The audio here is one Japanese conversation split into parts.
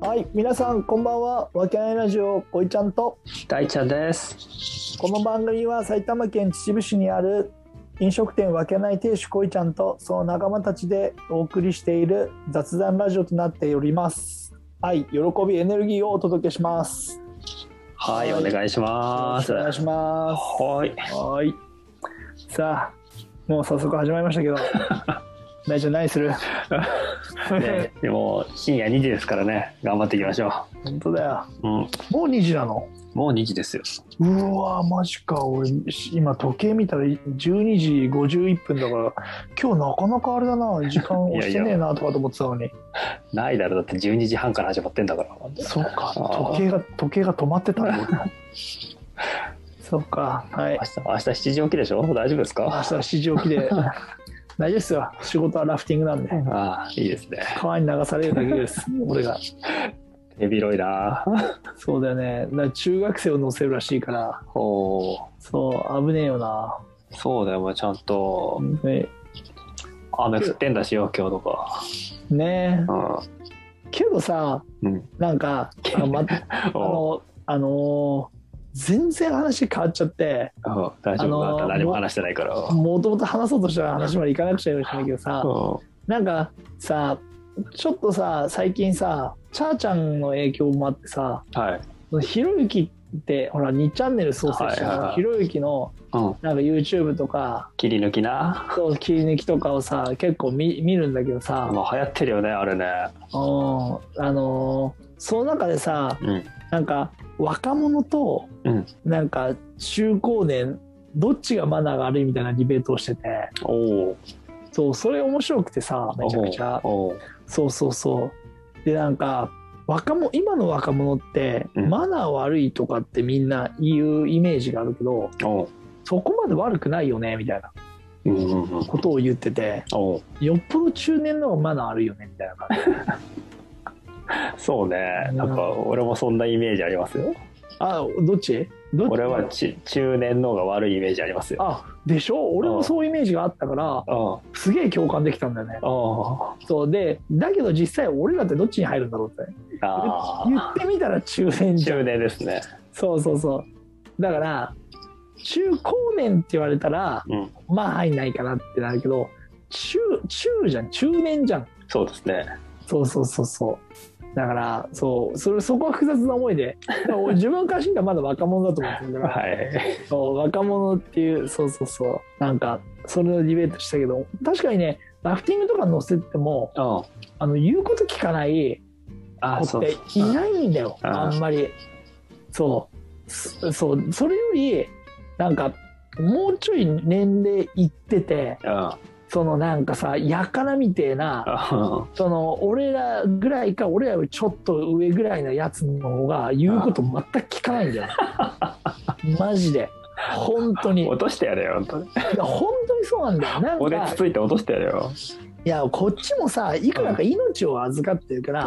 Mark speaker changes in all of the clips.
Speaker 1: はい、皆さんこんばんは。わけあいラジオこいちゃんと
Speaker 2: 大ちゃんです。
Speaker 1: この番組は埼玉県秩父市にある飲食店わけない亭主こいちゃんとその仲間たちでお送りしている雑談ラジオとなっております。愛、喜び、エネルギーをお届けします。
Speaker 2: はい、お願いし
Speaker 1: よろ
Speaker 2: ま
Speaker 1: し
Speaker 2: す。
Speaker 1: くお願いしま
Speaker 2: はい。
Speaker 1: す。はい。さあ、もう早速始まりま したけど、大ちゃん何する？
Speaker 2: ね、でも深夜2時ですからね、頑張っていきましょ
Speaker 1: 本当だよ。
Speaker 2: う。うん、
Speaker 1: もう2時なの？
Speaker 2: もう2時ですよ。
Speaker 1: うわマジか俺今時計見たら12時51分だから今日なかなかあれだな時間押してねえなとかと思ってたのに
Speaker 2: ないだろだって12時半から始まってんだ から。
Speaker 1: そうか
Speaker 2: あー
Speaker 1: 時計が時計が止まってた んだそうかはい
Speaker 2: 明日明日7時起きでしょ。大丈夫です
Speaker 1: 明
Speaker 2: か？
Speaker 1: 日7時起きで大丈夫ですよ仕事はラフティングなんで
Speaker 2: ああ、いいですね。
Speaker 1: 川に流されるだけです俺が
Speaker 2: 手広いな。
Speaker 1: そうだよねだから中学生を乗せるらしいから
Speaker 2: おお。
Speaker 1: そう危ねえよな、
Speaker 2: そうだよ、もうちゃんと
Speaker 1: ね
Speaker 2: 雨降ってんだしよ、今日とか。
Speaker 1: ねえ
Speaker 2: う
Speaker 1: けどさ
Speaker 2: ん。うん。
Speaker 1: なん かあのまあ
Speaker 2: お
Speaker 1: の、あのー全然話変わっちゃって、
Speaker 2: お。大丈夫。
Speaker 1: あの
Speaker 2: また何も話してないから。
Speaker 1: もともと話そうとした話までいかなくちゃいけないけどさ、
Speaker 2: お
Speaker 1: なんかさ、ちょっとさ、最近さ、チャーちゃんの影響もあってさ、
Speaker 2: はい。
Speaker 1: ひろゆきって、ほら、2チャンネル創設した
Speaker 2: はいはい
Speaker 1: の
Speaker 2: はい
Speaker 1: ひろゆきの、
Speaker 2: うん。
Speaker 1: なんか YouTube とか、
Speaker 2: 切り抜きな。
Speaker 1: そう切り抜きとかをさ、結構見見るんだけどさ、うん、
Speaker 2: もう流行ってるよね、あれね。
Speaker 1: あのーその中でさ、
Speaker 2: うん。
Speaker 1: なんか若者と
Speaker 2: うん
Speaker 1: なんか中高年どっちがマナーが悪いみたいなディベートをしてて
Speaker 2: おお。
Speaker 1: そうそれ面白くてさめちゃくちゃ
Speaker 2: おう
Speaker 1: そうそうそうでなんか若者今の若者って
Speaker 2: うん
Speaker 1: マナー悪いとかってみんな言うイメージがあるけど
Speaker 2: おう
Speaker 1: そこまで悪くないよねみたいな
Speaker 2: うんうんうん
Speaker 1: ことを言ってて
Speaker 2: おう
Speaker 1: よっぽど中年の方がマナーあるよねみたいな感じ
Speaker 2: そうねなんか俺もそんなイメージありますよ
Speaker 1: あどっちどっち
Speaker 2: 俺はち中年の方が悪いイメージありますよ
Speaker 1: あでしょ俺もそういうイメージがあったから
Speaker 2: あ
Speaker 1: すげえ共感できたんだよね
Speaker 2: ああ
Speaker 1: そうでだけど実際俺らってどっちに入るんだろうって
Speaker 2: あ
Speaker 1: 言ってみたら中年じゃん
Speaker 2: 中年ですね
Speaker 1: そうそうそうだから中高年って言われたら
Speaker 2: うん
Speaker 1: まあ入んないかなってなるけど中中じゃん中年じゃん
Speaker 2: そうですね
Speaker 1: そうそうそうそうだからそうそれそこは複雑な思い ででも俺自分から死んだらまだ若者だと思ってるから
Speaker 2: はい
Speaker 1: そう若者っていうそうそうそうなんかそれのディベートしたけど確かにねラフティングとか乗せても
Speaker 2: うん
Speaker 1: あの言うこと聞かない
Speaker 2: あ
Speaker 1: 子
Speaker 2: そ
Speaker 1: っ
Speaker 2: う
Speaker 1: ていないんだよ
Speaker 2: あー
Speaker 1: あんまりそうそそうそれよりなんかもうちょい年齢いってて
Speaker 2: うんうん
Speaker 1: そのなんかさやからみてえなその俺らぐらいか俺らよりちょっと上ぐらいのやつの方が言うこと全く聞かないんだよ マジで本当にいや
Speaker 2: 落としてやれよ本当に
Speaker 1: 本当にそうなんだよなん
Speaker 2: おで
Speaker 1: か
Speaker 2: つついて落としてやれよ
Speaker 1: いやこっちもさいくらか命を預かってるから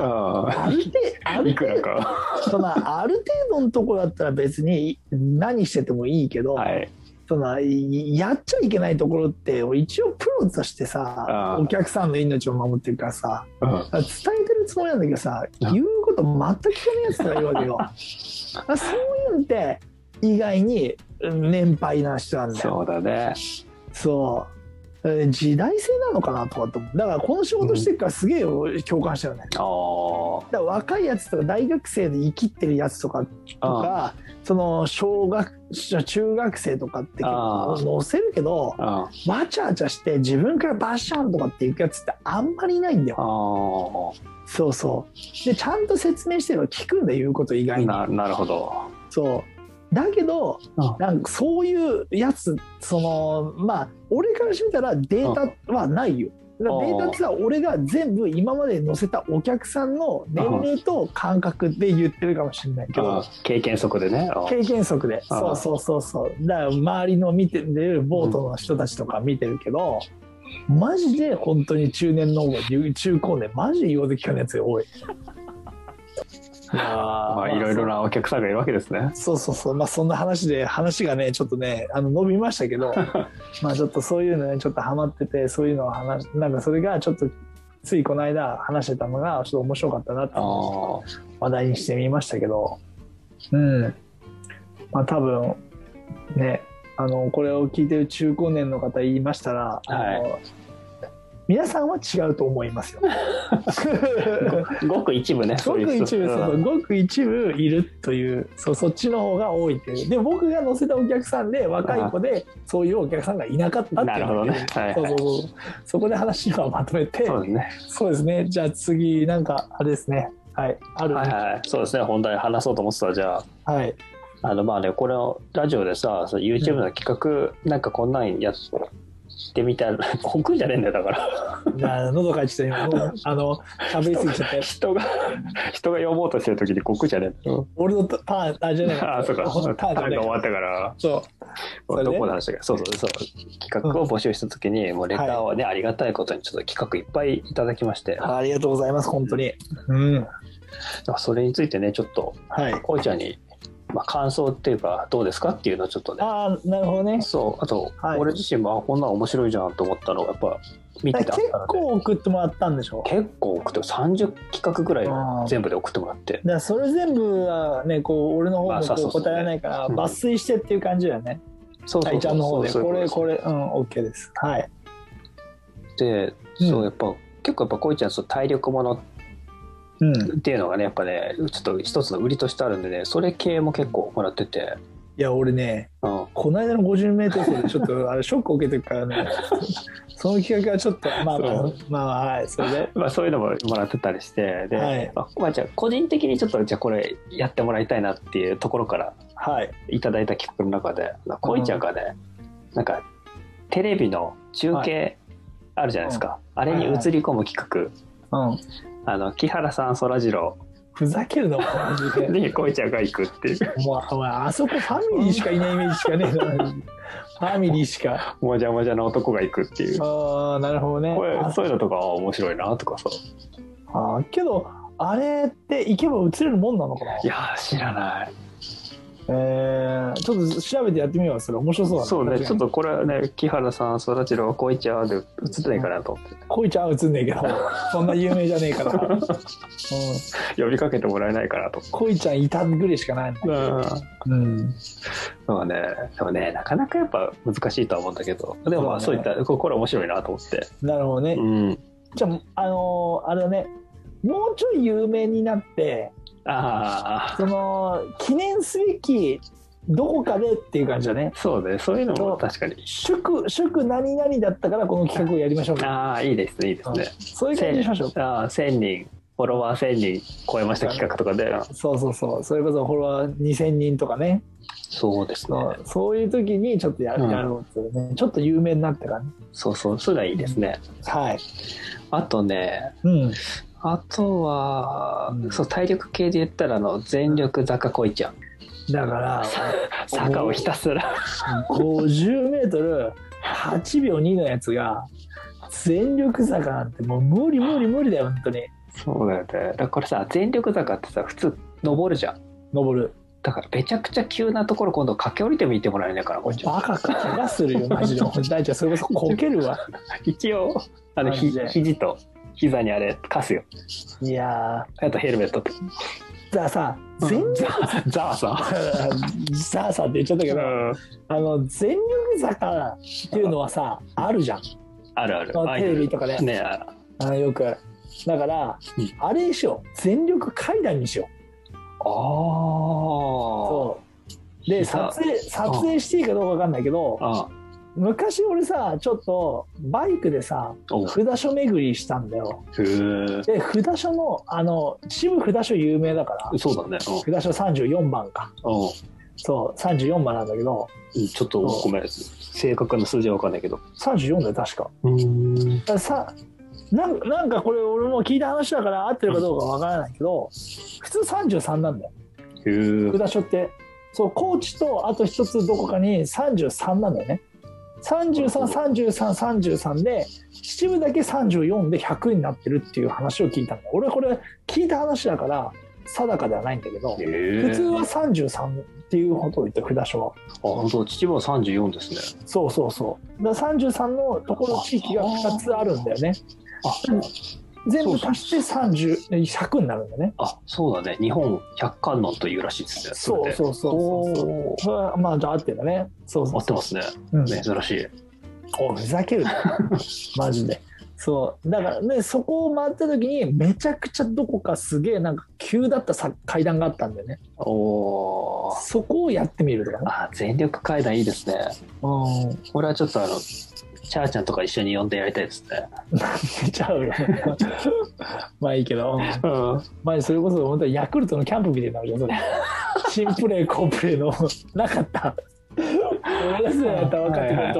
Speaker 1: ある程度あ
Speaker 2: うん
Speaker 1: る
Speaker 2: いく
Speaker 1: 程
Speaker 2: ら
Speaker 1: 度
Speaker 2: か
Speaker 1: そのある程度のとこだったら別に何しててもいいけど、
Speaker 2: はい
Speaker 1: そのいやっちゃいけないところって俺一応プロとしてさ
Speaker 2: あー
Speaker 1: お客さんの命を守ってるからさ
Speaker 2: うん
Speaker 1: 伝えてるつもりなんだけどさ
Speaker 2: うん
Speaker 1: 言うこと全く聞かないやつがいるわけよ あそういうんって意外にうん年配な人なんだよ
Speaker 2: そうだね
Speaker 1: そうえー時代性なのかなとかって思うだからこの仕事してるからすげえ共感したよね
Speaker 2: あー
Speaker 1: だから若いやつとか大学生で生きってるやつとかとかその小学中学生とかって結
Speaker 2: あー
Speaker 1: 構載せるけど
Speaker 2: あ
Speaker 1: わちゃわちゃして自分からバシャンとかっていくやつってあんまりいないんだ
Speaker 2: あ
Speaker 1: よ
Speaker 2: ー
Speaker 1: そうそうでちゃんと説明してれば聞くんだよ言うこと以外に
Speaker 2: ななるほど
Speaker 1: そうだけど
Speaker 2: うん
Speaker 1: なんかそういうやつそのまあ俺からしてみたらデータはないよだからデータってさ俺が全部今まで載せたお客さんの年齢と感覚で言ってるかもしれないけ
Speaker 2: うん
Speaker 1: ど
Speaker 2: 経験則でねうん
Speaker 1: 経験則で
Speaker 2: あ
Speaker 1: そうそうそうそうだから周りの見てるボートの人たちとか見てるけどマジで本当に中年の方が中高年マジで言うこと聞かないやつが多いいやー
Speaker 2: まあ、いろいろなお客さんがいるわけですね。
Speaker 1: そうそうそうまあそんな話で話がねちょっとねあの伸びました けどまあちょっとそういうのねちょっとハマっててそういうのを話なんかそれがちょっとついこの間話してたのがちょっと面白かったなって
Speaker 2: あー
Speaker 1: 話題にしてみましたけどうんまあ多分ねあのこれを聞いてる中高年の方言いましたら、あの皆さんは違うと思い ますよ。
Speaker 2: ごく一部ね。
Speaker 1: ご
Speaker 2: そう
Speaker 1: く
Speaker 2: いう人
Speaker 1: 一部そうそうごく一部いるというそうそっちの方が多いっていうでも僕が乗せたお客さんで若い子でそういうお客さんがいなかったっていう
Speaker 2: なるほどねはい
Speaker 1: そうそうそうそこで話をまとめて
Speaker 2: そうですね。
Speaker 1: そうですねじゃあ次なんかあれですねはいある
Speaker 2: はいはい。そうですね。本題話そうと思ってた。じゃあ、
Speaker 1: はい
Speaker 2: あのまあね、これをラジオでさ、そう YouTube の企画、なんかこんなんやってみた ら、こくんじゃねえんだよ、だから。
Speaker 1: じゃあ喉かいちょっと今あの喋りすぎちゃって
Speaker 2: 人が、人が呼ぼうとしてる時にこくんじゃねえんだよ。
Speaker 1: 俺のパーあじゃない
Speaker 2: ああ、そうか。
Speaker 1: パーじ
Speaker 2: タ
Speaker 1: ゃ
Speaker 2: ーン
Speaker 1: な
Speaker 2: が終わ
Speaker 1: い
Speaker 2: ったから。
Speaker 1: そうそれで
Speaker 2: どこの話だっけそうそうそう企画を募集した時に、もうレターをね、ありがたいことにちょっと企画いっぱいいただきまして、
Speaker 1: ありがとうございます本当にうん
Speaker 2: なんかそれについてねちょっと
Speaker 1: はい
Speaker 2: こうちゃんに、まあ、感想っていうかどうですかっていうのをちょっとね
Speaker 1: ああなるほどね
Speaker 2: そうあと、
Speaker 1: はい
Speaker 2: 俺自身もあこんなん面白いじゃんと思ったのがやっぱ見て
Speaker 1: 結
Speaker 2: たからね
Speaker 1: 構送ってもらったんでしょ
Speaker 2: 結構送って30企画ぐらい
Speaker 1: あー
Speaker 2: 全部で送ってもらって
Speaker 1: だからそれ全部はねこう俺の方
Speaker 2: まあ
Speaker 1: も
Speaker 2: そう
Speaker 1: こ
Speaker 2: そううそう
Speaker 1: 答えられないから
Speaker 2: うん
Speaker 1: 抜粋してっていう感じだよね
Speaker 2: そう
Speaker 1: 大ちゃんの方で
Speaker 2: そう
Speaker 1: こ
Speaker 2: そうい
Speaker 1: れ
Speaker 2: う
Speaker 1: こ
Speaker 2: と
Speaker 1: れうん OK ですはいうん
Speaker 2: ですでそうやっぱ結構やっぱこうちゃんそう体力もの
Speaker 1: うんい
Speaker 2: っていうのがねやっぱねちょっと一つの売りとしてあるんでねそれ系も結構もらってて、
Speaker 1: や俺ね
Speaker 2: うん、
Speaker 1: この間の 50m 走でちょっとあれショックを受けてるからね その企画はちょっとまあまあ
Speaker 2: そう
Speaker 1: まあはいそれで
Speaker 2: まあ、そういうのももらってたりしてで、
Speaker 1: はい
Speaker 2: まあまあ、じゃあ個人的にちょっとじゃあこれやってもらいたいなっていうところから
Speaker 1: はい
Speaker 2: いただいた企画の中で恋ちゃんがね、なんかテレビの中継あるじゃないですか、あれに映り込む企画、
Speaker 1: うん
Speaker 2: あの木原さんそらジロ
Speaker 1: ふざけるなマジで
Speaker 2: ーに恋ちゃんが行くっていう
Speaker 1: もうお前あそこファミリーしかいないイメージしかねえ なファミリーしか
Speaker 2: もじゃもじゃの男が行くっていう
Speaker 1: ああなるほどね
Speaker 2: これ
Speaker 1: あ
Speaker 2: そういうのとかあ面白いなとかさ
Speaker 1: あーけどあれって行けば映れるもんなのかない
Speaker 2: やー知らない
Speaker 1: えー、ちょっと調べてやってみようそれ面白そうだ
Speaker 2: そうねちょっ
Speaker 1: と
Speaker 2: とこれはね木原さんそらジロー恋ちゃんで映ってないかなと思って
Speaker 1: 恋ちゃんは映んねえ けどそんな有名じゃねえから、うん、
Speaker 2: 呼びかけてもらえないかなと
Speaker 1: 恋ちゃんいたぐらいしかないんだ
Speaker 2: 思って。
Speaker 1: うん
Speaker 2: そうね、でもね、なかなかやっぱ難しいとは思うんだけど、でもまあ
Speaker 1: そ
Speaker 2: そうう
Speaker 1: ね
Speaker 2: いった、ここれ面白いなと思って。
Speaker 1: なるほどね、
Speaker 2: うん。
Speaker 1: じゃああのーあれだねもうちょい有名になって
Speaker 2: ああ、
Speaker 1: その記念すべきどこかでっていう感じだね
Speaker 2: そうね、そういうのも確かに。
Speaker 1: 祝祝何々だったからこの企画をやりましょうみたいな
Speaker 2: ああ、いいですね、いいですね。
Speaker 1: そういう感じにしましょう
Speaker 2: ああ、1000人、フォロワー1000人超えました企画とかで。
Speaker 1: そうそうそうそれこそフォロワー2000人とかね
Speaker 2: そうですね。
Speaker 1: そうそういう時にちょっとや,、
Speaker 2: うん
Speaker 1: やろうっていうねちょっと有名になったからね
Speaker 2: そうそう、そういうのはいいですね。
Speaker 1: はい、
Speaker 2: あとね、
Speaker 1: うん、
Speaker 2: あとは
Speaker 1: う、ん
Speaker 2: そう、体力系で言ったら、あの、全力坂恋ちゃん。
Speaker 1: だから
Speaker 2: 坂をひたすら。
Speaker 1: 50m8 秒2のやつが全力坂なんてもう無理無理無理だよ本当に
Speaker 2: そうだよね。だからこれさ、全力坂ってさ、普通、登るじゃん。
Speaker 1: 登る
Speaker 2: だからめちゃくちゃ急なところ今度駆け下りてみてもらえないかなこっち
Speaker 1: バカか怪我す るよマジで大ちゃんそれこそこけるわ
Speaker 2: 一応あの
Speaker 1: マ
Speaker 2: ひ
Speaker 1: ジで
Speaker 2: 肘と膝にあれ貸すよ
Speaker 1: いや
Speaker 2: あとヘルメットと
Speaker 1: ーだからさ全力
Speaker 2: ザザワさ
Speaker 1: さあさあって言っちゃったけど、あの全力坂っていうのはさあるじゃん
Speaker 2: あるある
Speaker 1: まあテレビとかね
Speaker 2: ねあ
Speaker 1: あのよくだから、
Speaker 2: うん
Speaker 1: あれにしよう全力階段にしよう
Speaker 2: あそ
Speaker 1: そうで撮影撮影していいかどうかわかんないけど
Speaker 2: あ
Speaker 1: 昔俺さちょっとバイクでさ
Speaker 2: おふ
Speaker 1: 札所巡りしたんだよ
Speaker 2: ー
Speaker 1: で札所のあの秩父札所有名だから
Speaker 2: そうだね
Speaker 1: 札所34番か
Speaker 2: うんうん
Speaker 1: そう34番なんだけど
Speaker 2: ちょっとごめん正確な数字は分かんないけど
Speaker 1: 34だよ確か
Speaker 2: うん
Speaker 1: だからさなんなんかこれ俺も聞いた話だから合ってるかどうかわからないけど普通33なんだよ
Speaker 2: へー
Speaker 1: 札所ってそう高知とあと一つどこかに33なんだよね333333で秩父だけ34で100になってるっていう話を聞いたんだ俺これ聞いた話だから定かではないんだけど
Speaker 2: へ
Speaker 1: 普
Speaker 2: ー
Speaker 1: 通は33っていうことを言って札所は
Speaker 2: あ本当秩父は34ですね
Speaker 1: そうそうそうだから33のところ地域が2つあるんだよね
Speaker 2: あ
Speaker 1: 全部足して30、100になるんだね。
Speaker 2: あそうだね日本百観音というらしいですね
Speaker 1: そ
Speaker 2: れ
Speaker 1: う
Speaker 2: で
Speaker 1: そうそうそう。
Speaker 2: お
Speaker 1: それはまあ、じゃあ合ってんだね。そうそ
Speaker 2: ー合
Speaker 1: う
Speaker 2: っ
Speaker 1: そ
Speaker 2: て
Speaker 1: う。
Speaker 2: ますね
Speaker 1: うん
Speaker 2: 珍しい
Speaker 1: おいふざけ るなマジでそうだからねそこを回った時にめちゃくちゃどこかすげえなんか急だったさ階段があったんだよね
Speaker 2: おおー
Speaker 1: そこをやってみるとかね
Speaker 2: あ全力階段いいですね
Speaker 1: うん
Speaker 2: これはちょっとあのチャーちゃんとか一緒に呼んでやりたいですね
Speaker 1: 出ちゃうよ まあいいけどうん
Speaker 2: うん
Speaker 1: 前それこそ本当にヤクルトのキャンプみたいになるじゃんそ れ新プレー好プレーのなかった俺ら世代だったら分かってくれると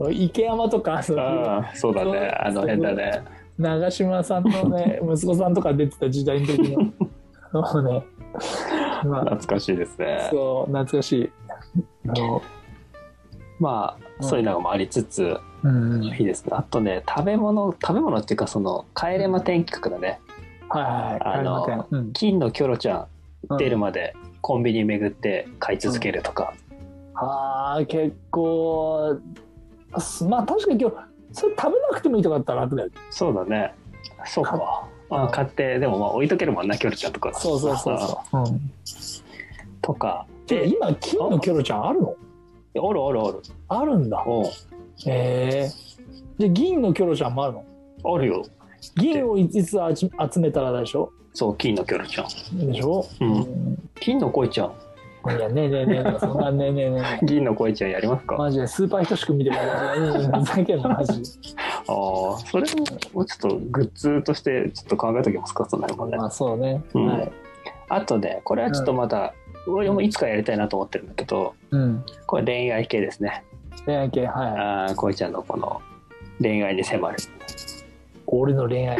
Speaker 1: 思う池山とかその
Speaker 2: ああそうだねあの辺だね
Speaker 1: 長嶋さんのね息子さんとか出てた時代の時の もうねまあ
Speaker 2: 懐かしいですね
Speaker 1: そう懐かしいあの、
Speaker 2: まあそういうのもありつつ
Speaker 1: うんはい
Speaker 2: いいですねあとね食べ物食べ物っていうかその帰れま天企画だね
Speaker 1: はい
Speaker 2: あの
Speaker 1: 帰りませんうん
Speaker 2: 金のキョロちゃ
Speaker 1: うん
Speaker 2: ん出るまでコンビニ巡って買い続けるとか、
Speaker 1: あー結構すまあ確かに今日それ食べなくてもいいとかだったら楽だよ
Speaker 2: そうだねそうかあ買ってでもまあ置いとけるもんなキョロちゃんとか
Speaker 1: そうそうそうそう、うん、
Speaker 2: とか
Speaker 1: てか
Speaker 2: で
Speaker 1: 今金のキョロちゃんあるの
Speaker 2: おるおるおる
Speaker 1: あるんだ
Speaker 2: おう
Speaker 1: へえじゃあ銀のキョロちゃんもあるの
Speaker 2: おるよ
Speaker 1: 銀を5つあち集めたらでしょ
Speaker 2: そう金のキョロちゃん
Speaker 1: でしょ、
Speaker 2: うん
Speaker 1: ん
Speaker 2: 金の恋ちゃん
Speaker 1: いやねえねえねえねえそんなねえねえ ねえ
Speaker 2: 銀の恋ちゃんやりますか
Speaker 1: マジでスーパーひとしく見てるからうんふざけんなマジで
Speaker 2: ああ、それもちょっとグッズとしてちょっと考えておきますか、そんなのもね
Speaker 1: ま。あそうね、
Speaker 2: うん
Speaker 1: はい、
Speaker 2: あとね、これはちょっとまた、俺もいつかやりたいなと思ってるんだけど、
Speaker 1: うん、
Speaker 2: これ恋愛系ですね。
Speaker 1: 恋愛系はい
Speaker 2: ああ、恋ちゃんのこの恋愛に迫る。
Speaker 1: 俺の恋愛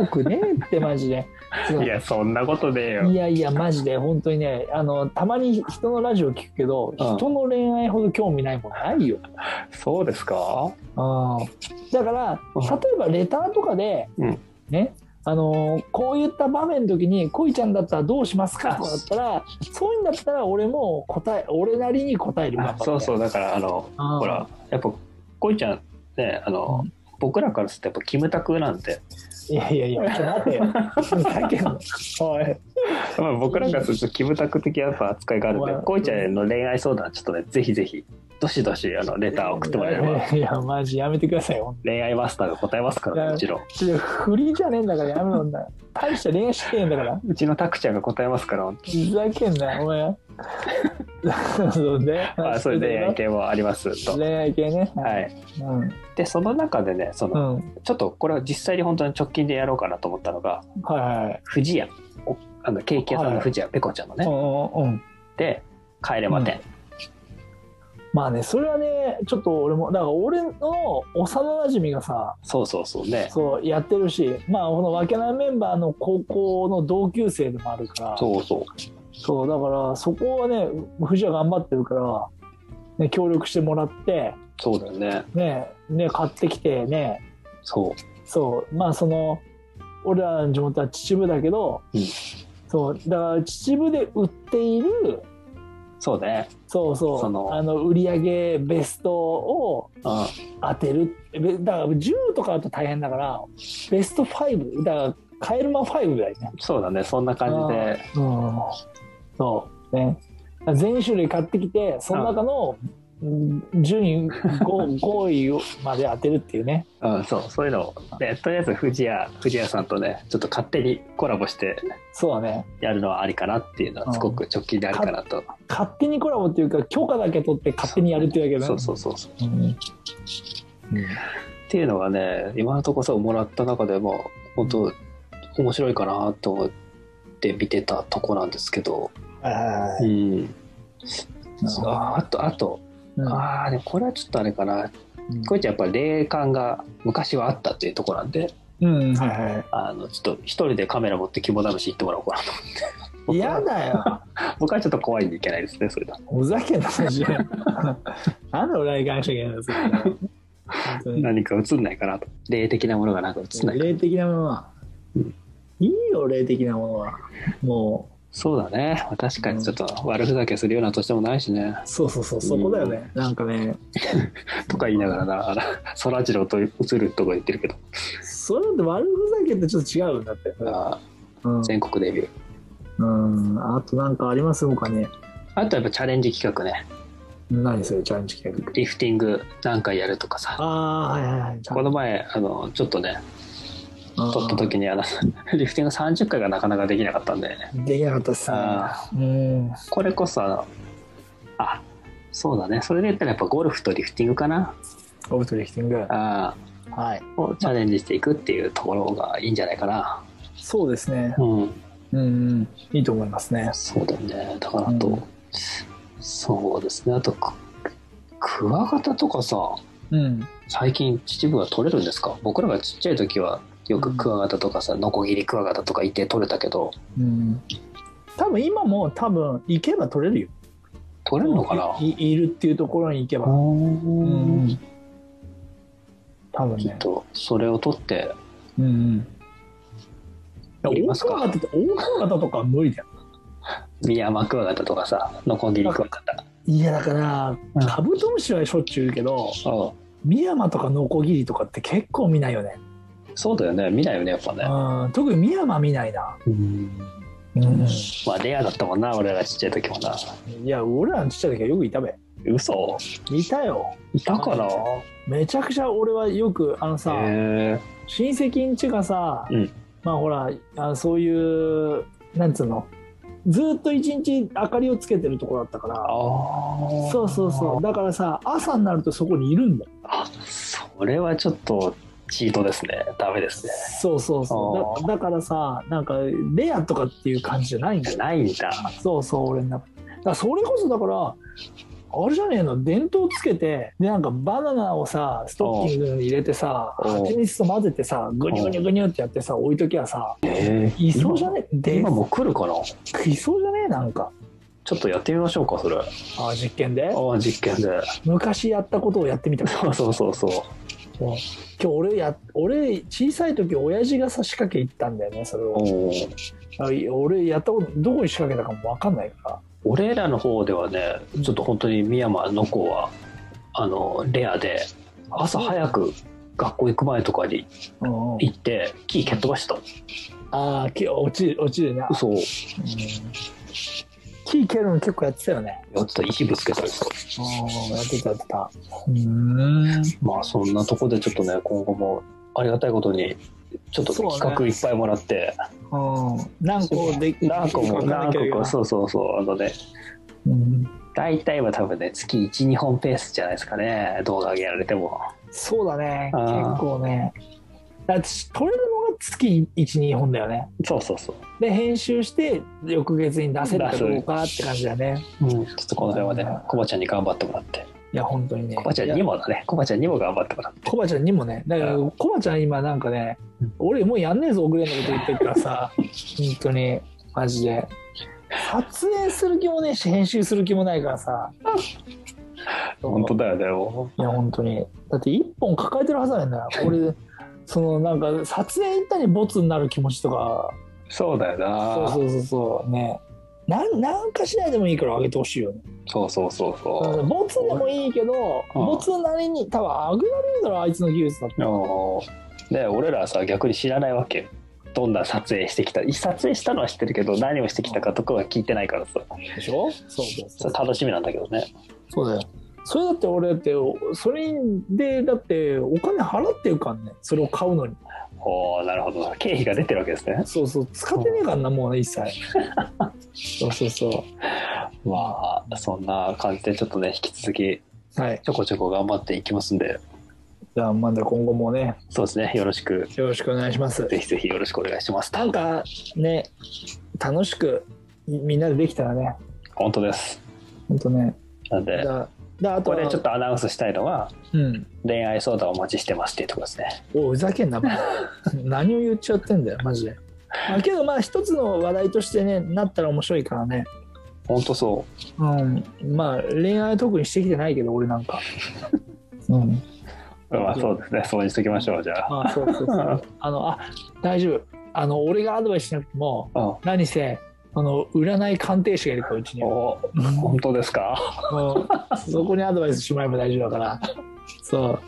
Speaker 1: よくねえってマジで
Speaker 2: いや、そんなことねえ
Speaker 1: い
Speaker 2: よ。
Speaker 1: やいやマジで本当にねあのたまに人のラジオ聞くけど、
Speaker 2: うん
Speaker 1: 人の恋愛ほど興味ないもんないよ
Speaker 2: そうです
Speaker 1: うん
Speaker 2: か
Speaker 1: だから
Speaker 2: うん
Speaker 1: 例えばレターとかで、
Speaker 2: うん
Speaker 1: ねあのーこういった場面の時に「恋ちゃんだったらどうしますか?」とかだったらそういうんだったら俺も答え俺なりに答える
Speaker 2: あそう
Speaker 1: う
Speaker 2: そう、だから、あの、ほら、やっぱ恋ちゃんね、あの、僕らからするとやっぱキムタクなんで、
Speaker 1: いやいやいやちょっと待てよだけどおい
Speaker 2: まあ、僕らからするとキムタク的やっぱ扱いがあるんで
Speaker 1: お前、
Speaker 2: 恋ちゃんへの恋愛相談、ちょっとね、ぜひぜひ、どしどし、あの、レターを送ってもらえれば。
Speaker 1: いやいやマジやめてくださいよ
Speaker 2: 恋愛マスターが答えますから
Speaker 1: いや
Speaker 2: ねもちろん
Speaker 1: ちょっとフリーじゃねえんだからやめろんな大した恋愛してねえんだから
Speaker 2: うちのタクちゃんが答えますから本当
Speaker 1: ふざけんなお前そうね
Speaker 2: あそれで恋愛系もありますと
Speaker 1: 恋愛系ね
Speaker 2: はい
Speaker 1: うん
Speaker 2: でその中でねその、
Speaker 1: うん
Speaker 2: ちょっとこれは実際に本当に直近でやろうかなと思ったのが
Speaker 1: はいはい
Speaker 2: 不二家おあのケーキ屋さんの不二家ペコちゃんのね、
Speaker 1: うんうんうん
Speaker 2: で帰れまて、
Speaker 1: まあねそれはねちょっと俺もだから俺の幼馴染がさ
Speaker 2: そうそうそうね
Speaker 1: そうやってるしまあこのわけないメンバーの高校の同級生でもあるから
Speaker 2: そうそう
Speaker 1: そうだからそこはね藤は頑張ってるから、ね、協力してもらって
Speaker 2: そうだよね
Speaker 1: ねね買ってきてね
Speaker 2: そ
Speaker 1: そうまあその俺らの地元は秩父だけど、
Speaker 2: うん
Speaker 1: そうだから秩父で売っている
Speaker 2: うそうね
Speaker 1: そうそう
Speaker 2: その
Speaker 1: あの売り上げベストを
Speaker 2: うん
Speaker 1: 当てるべだから10とかだと大変だからベスト5だからカエルマ5ぐらいね、
Speaker 2: そうだねそんな感じで
Speaker 1: うん、そうね全種類買ってきてその中のうん順位 5, 位をまで当てるっていうね
Speaker 2: うんそうそういうのをでとりあえず不二家不二家さんとねちょっと勝手にコラボして
Speaker 1: そうだね
Speaker 2: やるのはありかなっていうのはすごく直近でありかなと
Speaker 1: 勝手にコラボっていうか許可だけ取って勝手にやるっていうだけ
Speaker 2: そ
Speaker 1: ど
Speaker 2: う
Speaker 1: ね
Speaker 2: そうそうそう。
Speaker 1: うん
Speaker 2: っていうのがね、今のところそうもらった中でも、本当面白いかなと思って見てたとこなんですけど、
Speaker 1: はいはいは
Speaker 2: う
Speaker 1: い
Speaker 2: ん。ああと、あと、
Speaker 1: うん
Speaker 2: ああ、でもこれはちょっとあれかな。こういっちゃんやっぱり霊感が昔はあったっていうところなんで、
Speaker 1: うんはいは
Speaker 2: あの、ちょっと一人でカメラ持って肝試し行ってもらおうかなと思って。
Speaker 1: い嫌だよ
Speaker 2: 僕はちょっと怖いんでいけないですね、それだ。
Speaker 1: ふざけんなマジでなんで俺らに関しなきゃいけないんですか本当に
Speaker 2: 何か映んないかなと。霊的なものがなんか映んないか。
Speaker 1: 霊的なものは
Speaker 2: うん
Speaker 1: いいよ霊的なものはも
Speaker 2: そうだね。確かにちょっと悪ふざけするような年でもないしね。
Speaker 1: うそうそうそうそこだよねなんかね
Speaker 2: とか言いながらな、あの、そらジローと映るとか言ってるけど。
Speaker 1: それって悪ふざけってちょっと違うんだって。
Speaker 2: が
Speaker 1: うん
Speaker 2: 全国デビュー。
Speaker 1: うん。あとなんかあります他に。
Speaker 2: あとやっぱチャレンジ企画ね。
Speaker 1: 何それチャレンジ企画。
Speaker 2: リフティング何回やるとかさ。
Speaker 1: ああー、はいはいはい。
Speaker 2: この前、あの、ちょっとね、撮った時
Speaker 1: に。
Speaker 2: にあの、 リフティング30回がなかなかできなかったんで、
Speaker 1: できなかったっすね。
Speaker 2: あ
Speaker 1: うん。
Speaker 2: これこそあの、あ、そうだね。それで言ったらやっぱゴルフとリフティングかな。
Speaker 1: オブトリフティング。
Speaker 2: あ
Speaker 1: はい。
Speaker 2: ーをチャレンジしていくっていうところがいいんじゃないかな。
Speaker 1: そうですね。
Speaker 2: うん。
Speaker 1: うんうん。いいと思いますね。
Speaker 2: そうだよね。だからあと、
Speaker 1: うん
Speaker 2: そうですね。あと、ククワガタとかさ、
Speaker 1: うん。
Speaker 2: 最近秩父は取れるんですか僕らがちっちゃい時はよくクワガタとかさ、ノコギリクワガタとかいて取れたけど
Speaker 1: うん。多分今も多分行けば取れるよ。
Speaker 2: 取れるのかない
Speaker 1: いいるっていうところに行けば。
Speaker 2: う
Speaker 1: うん
Speaker 2: ん
Speaker 1: 多分
Speaker 2: きっ
Speaker 1: ね。
Speaker 2: とそれを取って
Speaker 1: うんうん。
Speaker 2: いり
Speaker 1: 大
Speaker 2: ますか
Speaker 1: 川型って大川型とか無理だよ。
Speaker 2: ミヤマクワガタとかさノコギリクワガタ
Speaker 1: いやだから
Speaker 2: うん
Speaker 1: カブトムシはしょっちゅういるけど、
Speaker 2: うん
Speaker 1: ミヤマとかノコギリとかって結構見ないよね。
Speaker 2: そうだよね見ないよねやっぱね
Speaker 1: うん。特にミヤマ見ないな。
Speaker 2: うん
Speaker 1: うん。
Speaker 2: まあレアだったもんな俺らちっちゃい時もない
Speaker 1: や俺らのちっちゃい時はよくいたべ。
Speaker 2: 嘘
Speaker 1: いたよ。
Speaker 2: いたかな
Speaker 1: めちゃくちゃ俺はよくあのさ。
Speaker 2: へ
Speaker 1: 親戚んちがさ、
Speaker 2: うん
Speaker 1: まあほらあそういうなんつうのずーっと一日明かりをつけてるとこだったか
Speaker 2: あ
Speaker 1: ら
Speaker 2: あ
Speaker 1: そうそうそうだからさ朝になるとそこにいるんだよ
Speaker 2: あそれはちょっとチートですねダメですね
Speaker 1: そうそうそうだだからさなんかレアとかっていう感じじゃないんだよ
Speaker 2: ないんだ
Speaker 1: そうそう俺の中でだからそれこそだからあれじゃねえの電灯つけてでなんかバナナをさストッキングに入れてさ
Speaker 2: おう
Speaker 1: 蜂蜜と混ぜてさグニュグニュグニュってやってさ置いときゃさ
Speaker 2: え
Speaker 1: いそうじゃねえで
Speaker 2: 今もう来るかない
Speaker 1: そうじゃねえなんか
Speaker 2: ちょっとやってみましょうかそれあ
Speaker 1: あー実験で
Speaker 2: あ実験で
Speaker 1: 昔やったことをやって みたから
Speaker 2: そうそうそうそう
Speaker 1: 今日俺や俺小さい時親父がさ仕掛け行ったんだよねそれを
Speaker 2: おー
Speaker 1: あい俺やったことどこに仕掛けたかも分かんないから
Speaker 2: 俺らの方ではねちょっと本当に深山の子はあのレアで朝早く学校行く前とかに
Speaker 1: うんうん
Speaker 2: 行って木蹴っ飛ばして
Speaker 1: ああき落ち落ちるな、う、
Speaker 2: たそうん
Speaker 1: 木蹴るの結構やってたよね
Speaker 2: やってた石ぶつけたりとか
Speaker 1: うんやってたやってたうん
Speaker 2: まあそんなとこでちょっとね今後もありがたいことにちょっと
Speaker 1: そうね
Speaker 2: 企画いっぱいもらって、
Speaker 1: うん何個で
Speaker 2: 何個も
Speaker 1: 書かな
Speaker 2: 何
Speaker 1: きゃいけ
Speaker 2: 個
Speaker 1: ない
Speaker 2: かそうそうそうあのね
Speaker 1: うん
Speaker 2: 大体は多分ね月12本ペースじゃないですかね動画上げられても
Speaker 1: そうだね
Speaker 2: あ
Speaker 1: 結
Speaker 2: ー
Speaker 1: 構ねだって取れるのが月12本だよね
Speaker 2: そうそうそう
Speaker 1: で編集して翌月に出せるかどうかって感じだね
Speaker 2: うん、ちょっとこの辺はね、コバちゃんに頑張ってもらって。
Speaker 1: いや本当にね
Speaker 2: コバちゃんにもだね、コバちゃんにも頑張ってもらって。
Speaker 1: コバちゃんにもねだから
Speaker 2: う
Speaker 1: コバちゃん今なんかね
Speaker 2: うん
Speaker 1: 俺もうやんねえぞ遅れのこと言ってるから さ本当にマジで撮影する気もねえし編集する気もないからさ
Speaker 2: 本当だよね、も
Speaker 1: いや本当にだって一本抱えてるはずなんだよ俺そのなんか撮影行ったにボツになる気持ちとか
Speaker 2: う。そうだよな。
Speaker 1: そうそうそうそうねなんなんかしないでもいいから上げてほしいよね
Speaker 2: そうそうそうそう。
Speaker 1: ボツでもいいけど
Speaker 2: うん
Speaker 1: ボツなりに多分上げられるだろあいつの技術だって
Speaker 2: うんね、俺らはさ、逆に知らないわけよ。どんな撮影してきた撮影したのは知ってるけど何をしてきたかとかは聞いてないからさ
Speaker 1: でしょそうそう
Speaker 2: そ
Speaker 1: そう
Speaker 2: れ楽しみなんだけどね
Speaker 1: そうだよそれだって俺だってそれでだってお金払ってるからねそれを買うのに
Speaker 2: おおなるほど経費が出てるわけですね
Speaker 1: そうそう使ってねえからなもう一 切そうそうそ
Speaker 2: まあそんな感じでちょっとね引き続き
Speaker 1: うはい
Speaker 2: ちょこちょこ頑張っていきますんで
Speaker 1: じゃあまだ今後もね
Speaker 2: そうですねよろしく
Speaker 1: よろしくお願いします
Speaker 2: ぜひぜひよろしくお願いします
Speaker 1: なんかね楽しくみんなでできたらね
Speaker 2: 本当です
Speaker 1: ほんとね
Speaker 2: なんで
Speaker 1: だだあと
Speaker 2: こ
Speaker 1: は
Speaker 2: れちょっとアナウンスしたいのは
Speaker 1: うん、
Speaker 2: 恋愛相談お待ちしてますっていうところですね
Speaker 1: おうふざけんな、 マジで何を言っちゃってんだよマジで、まあ、けどまあ一つの話題としてねなったら面白いからね
Speaker 2: 本当そ
Speaker 1: うんまあ恋愛特にしてきてないけど俺なんか うん
Speaker 2: うまあそうですねそうにしときましょうじゃあ
Speaker 1: まあそうそうそうあのあ大丈夫あの俺がアドバイスしなくても
Speaker 2: うん
Speaker 1: 何せあの占い鑑定士がいるからうちに も
Speaker 2: お本当ですか
Speaker 1: うそこにアドバイスしてもらえば大丈夫だからそう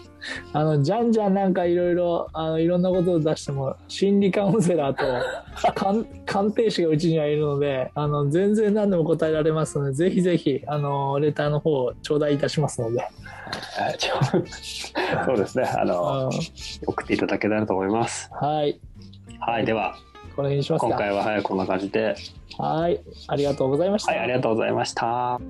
Speaker 1: あのじゃんじゃんなんかいろいろあのいろんなことを出しても心理カウンセラーと鑑鑑定士がうちにはいるのであの全然何でも答えられますのでぜひぜひあのレターの方を頂戴いたしますので、
Speaker 2: はいちょそうですね。あの、送っていただけたらと思います。
Speaker 1: うんはい
Speaker 2: はい、では、
Speaker 1: この辺にします
Speaker 2: 今
Speaker 1: か
Speaker 2: 回ははいこんな感じで、
Speaker 1: はいありがとうございました、
Speaker 2: はい、ありがとうございました。